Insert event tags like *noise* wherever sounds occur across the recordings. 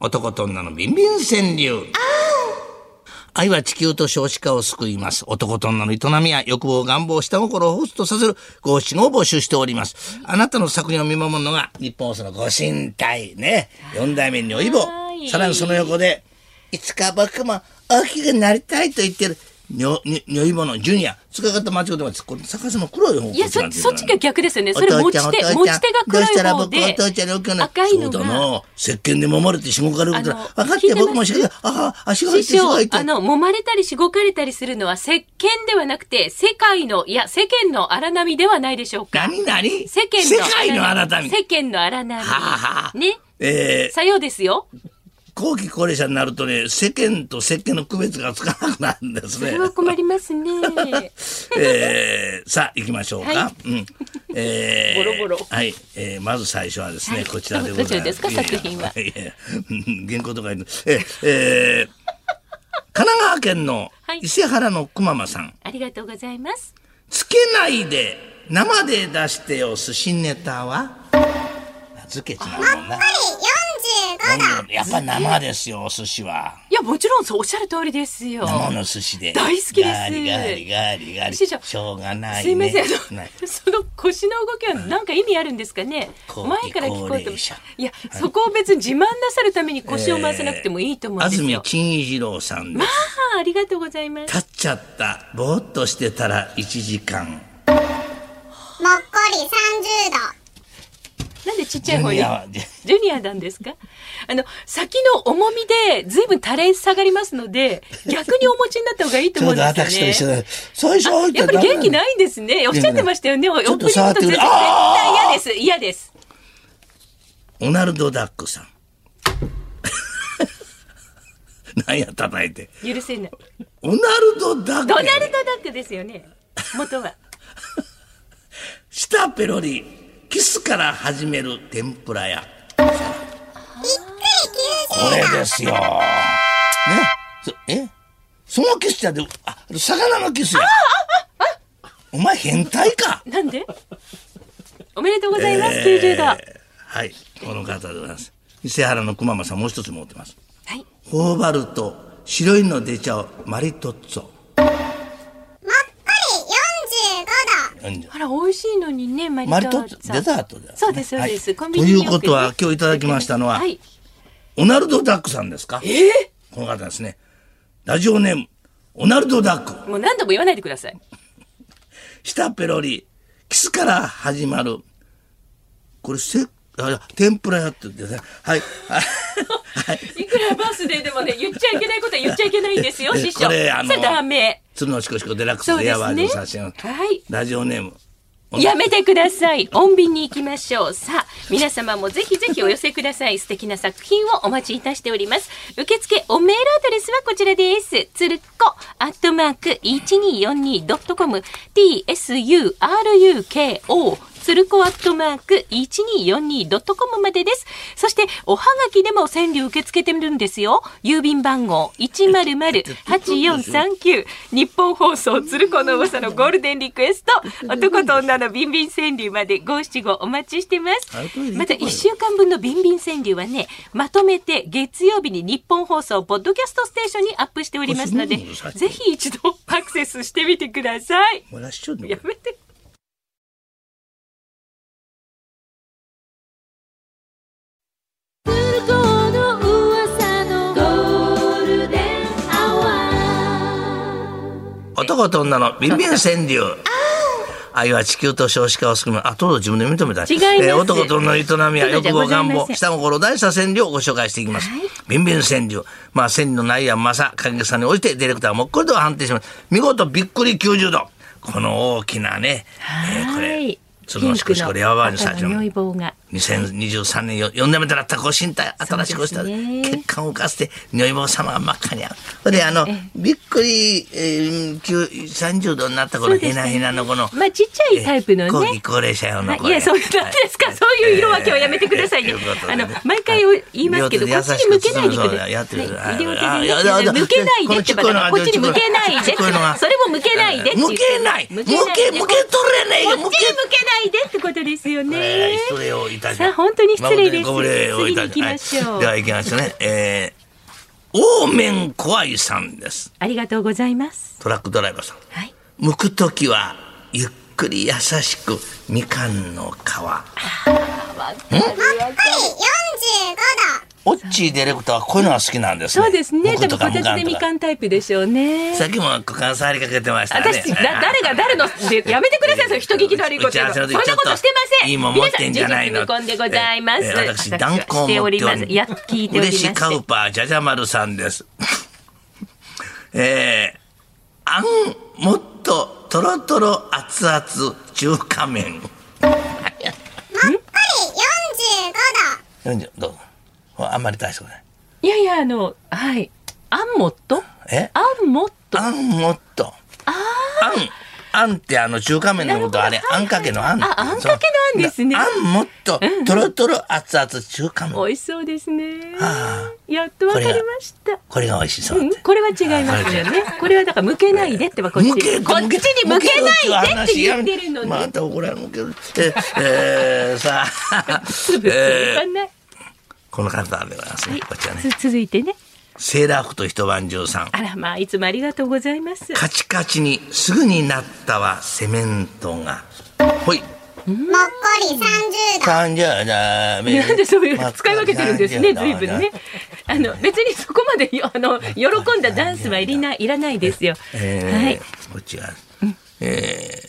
男と女のビンビン川柳。愛は地球と少子化を救います。男と女の営みや欲望、願望、下心をホストさせる五七五を募集しております。あなたの作品を見守るのが、日本放送のご神体ね。四代目においぼい。さらにその横で、いつか僕も大きくなりたいと言ってる、にょ、ににょいぼのジュニア。使い方間違ってます。これ、探すの黒い方いや、そこっちそっちが逆ですよね。それお持父ちちゃん手、持お父ちゃちん手がどう黒したいら方僕おで父ちゃんの奥の赤いのそうだがな石鹸で揉まれてしごかれることだあの分かって聞いてます僕もしがああ足が入師ってす匠ごいってあの揉まれたりしごかれたりするのは石鹸ではなくて世界のいや世間の荒波ではないでしょうか。何何世間世の界のあなたみたい世間の荒波。はあはあね。えーさようですよ。後期高齢者になるとね世間と石鹸の区別がつかなくなるんでそすねれは困りますね。 *laughs* えーさあ行きましょうか、はうんえー *laughs* ボロボロはい、えーまず最初はですね、はいこちらでございますどちらですか作品はい *laughs* やいやいやうん原稿とかにえーえー神奈川県の伊勢原のくままさん、ありがとうございます。つけないで生で出してよ寿司ネタは漬けちまうもんなうんやっぱ生ですよお寿司はいやもちろんそうおっしゃる通りですよ。生の寿司で大好きですガリガリガリガリ師匠しょうがないねすいません、あないの、その腰の動きは何か意味あるんですかね。後期前から聞こ高うと齢者。いや、そこを別に自慢なさるために腰を回さなくてもいいと思うん安です住よ。金一郎さんでますあ、ありがとうございます。立っちゃったぼーっとしてたら1時間もっこり30度。なんでちっちジゃいュ方にニ。アはジュニアなんですかあの、先の重みで随分垂れ下がりますの *laughs* で、逆にお持ちになった方がいいとち思ょううんどですよね。私と一緒だ最初入あっやたっぱらり元気ダメないんですね。おっしゃってましたよね。オーちょっプとニン触グってとく全れ然絶対嫌です。嫌です。オナルド・ダックさん *laughs* なんや叩いて許せない。オナルド・ダックドやナねルドダックですよね。元は。舌ペロリキスから始める天ぷら屋これですよねそえそのキスじゃであ魚のキスやお前変態かなんでおめでとうございます、えー90度。ははいこの方でございます伊勢原のくままさんもう一つ持ってますい。頬張ると白いの出ちゃうマリトッツォもっこり45度。うんあら、美味しいのにね、マリマリトットッツツォ。ォデザートだよねそうです、そうです。はいコンビニによくということは今日いただきましたのははい。オナルド・ダックさんですかこの方ですねラジオネームオナルド・ダックもう何度も言わないでください。舌ペロリキスから始まるこれせあいや天ぷら屋って言ってねはい *laughs* あはいいくらバースデーでもね、言っちゃいけないことは言っちゃいけないんですよ、え師匠。これあのそれダメ。鶴のしこしこデラックそスうででヤワすーね。ジ写真はい。ラジオネームやめてください。穏便に行きましょう。さあ、皆様もぜひぜひお寄せください。素敵な作品をお待ちいたしております。受付おメールアドレスはこちらです。つるっこ、アットマーク、1242.com、tsuruko、つるこアットマーク 1242.com までです。そして、おはがきでも川柳受け付けてみるんですよ。郵便番号100-8439。日本放送鶴子の噂のゴールデンリクエスト。男と女のビンビン川柳まで五七五お待ちしてますあれこれいい。とこまよた一週間分のビンビン川柳はね、まとめて月曜日に日本放送ポッドキャストステーションにアップしておりますので、これすごいねぜひ一度アクセスしてみてください。もうラッシュやでめて。男と女のビンビン川柳愛は地球と少子化を救うのあとうとう自分で認めた違いますー男と女の営みやそうじ欲ゃご望ざい願ません望下心を大した川柳をご紹介していきます、ビンビン川柳まあ川柳のないやまさ関係さに応じてディレクターはもっこりと判定します見事びっくり90度この大きなね、えーこれそのしこしこレアバージョン最初のい棒が。 2023年よ4年目となったご神体新しくした、そうですね血管を浮かせて如意棒様が真っ赤に合うほんであのびっくり、えー、9 30度になったこそのうですへねなへなのこの、まあ、ちっちゃいタイプの後ね期。高齢者用のあいや、そうなんですか。そういう色分けはやめてくださいね。あの、毎回言いますけど、こっちに向けないでください。やってるはい右手でね向けないでってばこっちに向けないで。それも向けないでって言って向けない向け向けとれやねんこっよちに向けないでってことですよね。えー失礼をいたしさまあ本当に失礼です誠にご無礼をいたしま次に行きましょうはいでは行きましょうね。えー、オーメン怖いさんです。ありがとうございます。トラックドライバーさん。はい。剥くときは、ゆっくり優しく、みかんの皮。もっこり45度。オッチーディレクターはこういうのが好きなんですね。そうですね。剥多くと分か形でみかんとんタイプでしょうねか。。さっきも股間触りかけてましたね。私、だ誰が誰のでやめてください。その人聞きの悪いこ打とち合言うの。わせそのん時ちょなっとことしてません。いいもん持ってんじゃないの皆さん、事実無根でございます。ええ私は断固をしておりま持ってす。おりや、聞いており嬉ましいす。カウパーじゃじゃ丸さんです。えー、あんもっととろとろ熱々中華麺。もっこり45度。 40どうぞほらあんまり大したことない。いやいや、あの、はい。アンモットえアンモットあんもっと。あん。あんってあの中華麺のことあれ、あんかけのあん。ああんかけのあんですねそうあんもっととろとろ熱々中華麺。美味しそうですね。あやっとわかりました。これが美味しそううだっんて。これは違いますよね。これはだから向けないでってばこっち。向けこっちに向けないでって言ってるのに。また怒られるけどええー、さ *laughs* あ、すぐえかー、ない。この方でございますねこちらねつ続いてね。セーラー服と一晩中さんあらまあいつもありがとうございます。カチカチにすぐになったわセメントがほいもっこり30度。感じゃだめなんでそういう使い分けてるんですね、随分ね。あの別にそこまでよあの喜んだダンスはいりないらないですよ。えーはい。こちら、え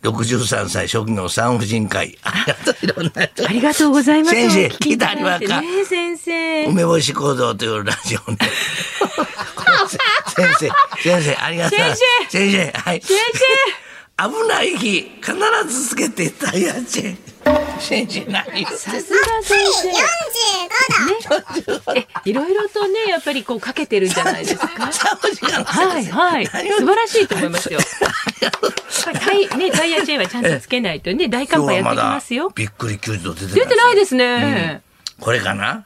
ー、63歳職業産婦人科医ありがとういろんな人ありがとうございます。先生お聞きいただいて聞いてありね先生。梅干し行動というラジオね。先生、先生、ありがとうございます。先生、はい。先危ない日、必ずつけてタイヤチェーン。先生、何言う生。さすが先生。 45度。え、いろいろとね、やっぱりこうかけてるんじゃないです *laughs* か。三文字間のはい、先生はい、素何を晴らしいと思いますよ。やっぱりタイ、ね、タイヤチェーンはちゃんとつけないとね、大寒今波や日ってはまきまだすよ。びっくり90度出てます出てないですね。これかな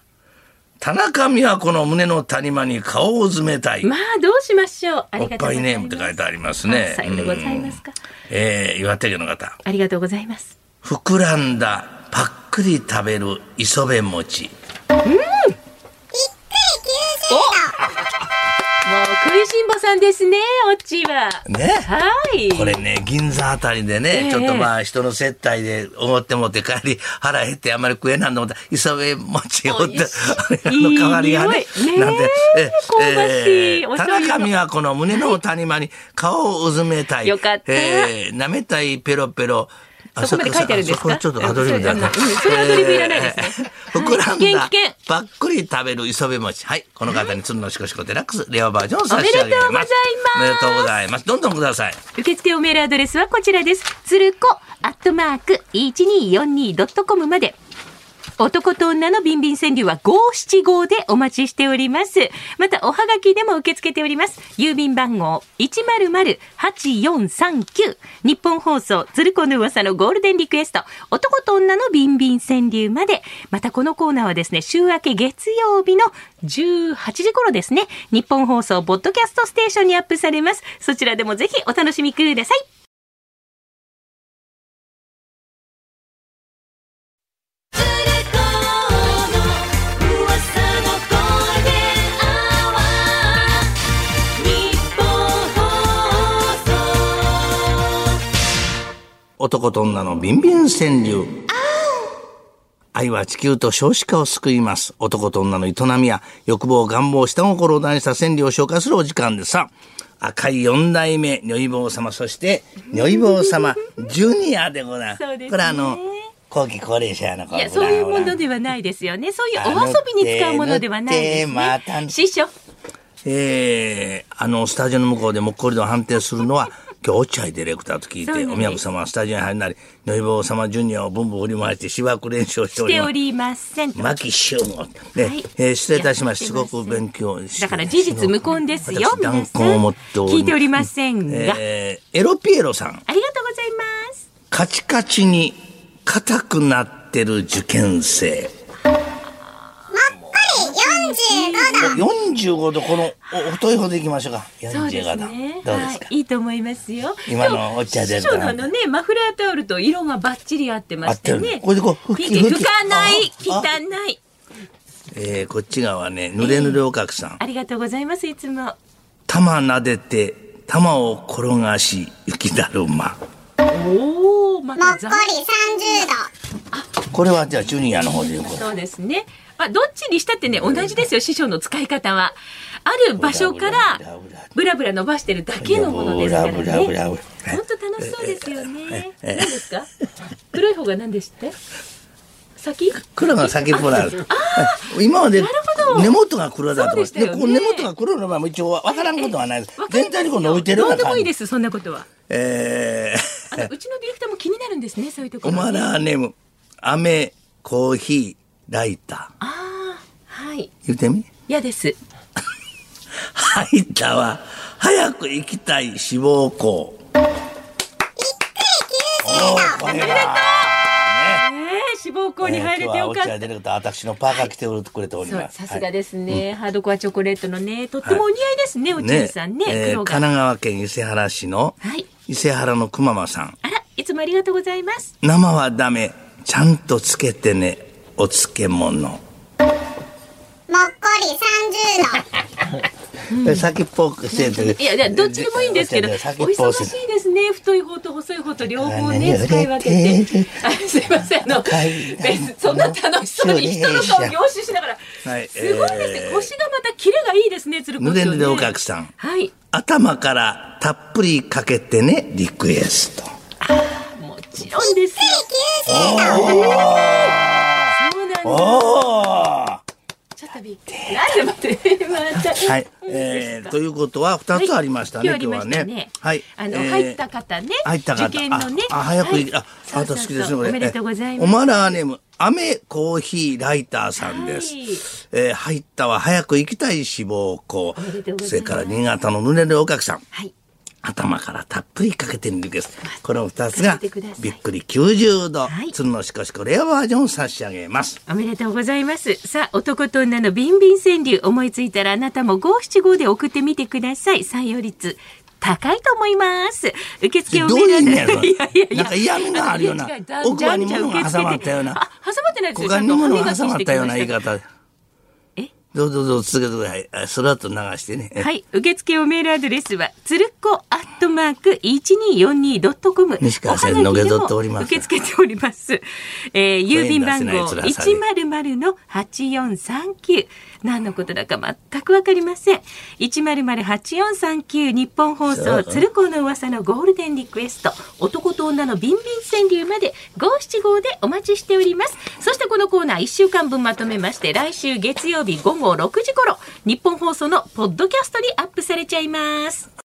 田中美和子の胸の谷間に顔を詰めたい。まあ、どうしましょう。あおりっがとうぱございいネーまムっす。て書いてありますね。さようでございますかうん。えー、岩手県の方。ありがとうございます。膨らんだパックリ食べる磯辺餅びっくり90度。もう食いしん坊さんですね、オッチーは。ねはい。これね銀座あたりでね、ええちょっとまあ人の接待で思ってもって帰り腹減ってあんまり食えなんと思ったら磯辺餅をって美味しあれの代わりがねいい匂いねえなんで香ばしいお田醤油の中美和子の胸の谷間に顔をうずめたい、よかったえー舐めたいペロペロあそこまで書いてあるんですかそこそこちょっとアドリブだな、うんそれアドリブいらないですねえー膨らん危険だ危険ばっくり食べる磯辺餅はいこの方に鶴のしこしこデラックスレアバージョンをお差めしでと上うございまげますすおめでとうございますどんどんください受付おメールアドレスはこちらです。つるこ、アットマーク、1242.com まで。男と女のビンビン川柳は575でお待ちしております。また、おはがきでも受け付けております。郵便番号100-8439。日本放送、鶴子の噂のゴールデンリクエスト。男と女のビンビン川柳まで。また、このコーナーはですね、週明け月曜日の18時頃ですね、日本放送、ポッドキャストステーションにアップされます。そちらでもぜひお楽しみください。男と女のビンビン川柳。愛は地球と少子化を救います。男と女の営みや欲望、願望、下心を題した川柳を紹介するお時間でさあ、赤い四代目、如意棒様、そして、如意棒様、ジュニアでございます。そうですねこれあの、後期高齢者やな、こいれや、そういうものではないですよね。そういうお遊びに使うものではないですね。あのテーマたん師匠、えー、あの、スタジオの向こうでもっこり度を判定するのは、今日、落合ディレクターと聞いそうなて、んですお宮子様はスタジオに入りなり、如意棒様ジュニアをブンブン振り回して、芝生練習をしておしてりまおす。りませんと。牧秀吾。ね、はいえー失礼いたしました。やすってまごせんく勉強して。だから事実無根ですよ。私皆断さん根を持っております聞いておりませんが。えーエロピエロさん。ありがとうございます。カチカチに硬くなってる受験生。もっこり45度。 45 45度このお太い方でいきましょうかそうで45す度ね。どうですか、はい、いいと思いますよ。今のお茶で師匠のあのね、マフラータオルと色がバッチリ合ってまして合ってね。るこれでこう拭き PK 拭き拭かないああ汚いえーこっち側はねぬれぬれおかくさん、ありがとうございます、いつも。玉撫でて玉を転がし雪だるまおお、まもたっこりざ30度。これはじゃあジュニアの方でよこれそうですね。まあ、どっちにしたってね、同じですよ、師匠の使い方は。ある場所からブラブラブラ、ブラブラ伸ばしてるだけのものですからね。ブラブラブラブラ本当楽しそうですよね。何ですか黒い方が何でした先黒が先っぽなんです今までなるほど根元が黒だと思っそてうでしたよねこう根元が黒の場合も一応わからんことはないですわかりま全す体にこう伸びてるよどうなうで感もいいじです、そんなことは。えあーのうちのディレクターも気になるんですね、そういうとこオろ。マラーネム飴コーヒーライターああ、はい。言ってみ嫌です。入ったわ早く行きたい志望校おーこれはええ志望校ねに入れてよかっえー今日は落合た。ディレクター私のパーカー着てくれておりそうますさすがはいですね、ハードコアチョコレートのねとってもお似合いですね、おちんさんね、え黒ーが神奈川県伊勢原市のはい伊勢原のくままさんあらいつもありがとうございます生はダメちゃんとつけてねお漬物、もっこり30度。で先っぽくしてていやいやどっちでもいいんですけどお先っぽ忙をししいですね太い方と細い方と両方あね何使い分け売れててあすいませんあの高い別にそんな楽しそうに人の顔凝視しながらはいすごいですえねー腰がまたキレがいいですね鶴子ぬ師れ匠ぬねれおかくさんはい頭からたっぷりかけてねリクエストもちろんですよそうなんですおーちょっとびっくりなんで待ってまたはい、えー、ということは二つありましたね、はい今日はありましたね。はい、あの、えー入った方ね。入った方受験のね。ああ早く行き、はいああなた好きですそうねそうそうこれおめでとうございえーおままらーネームアメコーヒーライターさんです、はいえー入ったは早く行きたい志望校めでとうございますそれから新潟のぬれるおかくさんす。はい。頭からたっぷりかけてみるですこの二つがかけてくださいびっくり90度、はい鶴のしこしこレアバージョン差し上げますおめでとうございます。さあ、男と女のビンビン川柳、思いついたらあなたも五七五で送ってみてください。採用率、高いと思います。受付をどういう意味やろいやいやいや。なんか嫌味があるようなあのいや違だ奥歯にじゃんじゃん物が挟まったよう受な付であ、挟まってないです股よ。ちゃん間にと歯物磨がき挟ましってきたようまな言いした方えどうぞどうぞ続けてくださいあその後流してね、はい。受付をメールアドレスは、つるっこアットマーク 1242.com。西川さんのげぞっておりまおはがすきでも受け付けております。えー、郵便番号声に出せな100-8439。何のことだか全くわかりません。100-8439日本放そ送、うつるこの噂のゴールデンリクエスト、男と女のビンビン川柳まで575でお待ちしております。そしてこのコーナー1週間分まとめまして、来週月曜日午後6時頃、日本放送のポッドキャストにアップされちゃいます。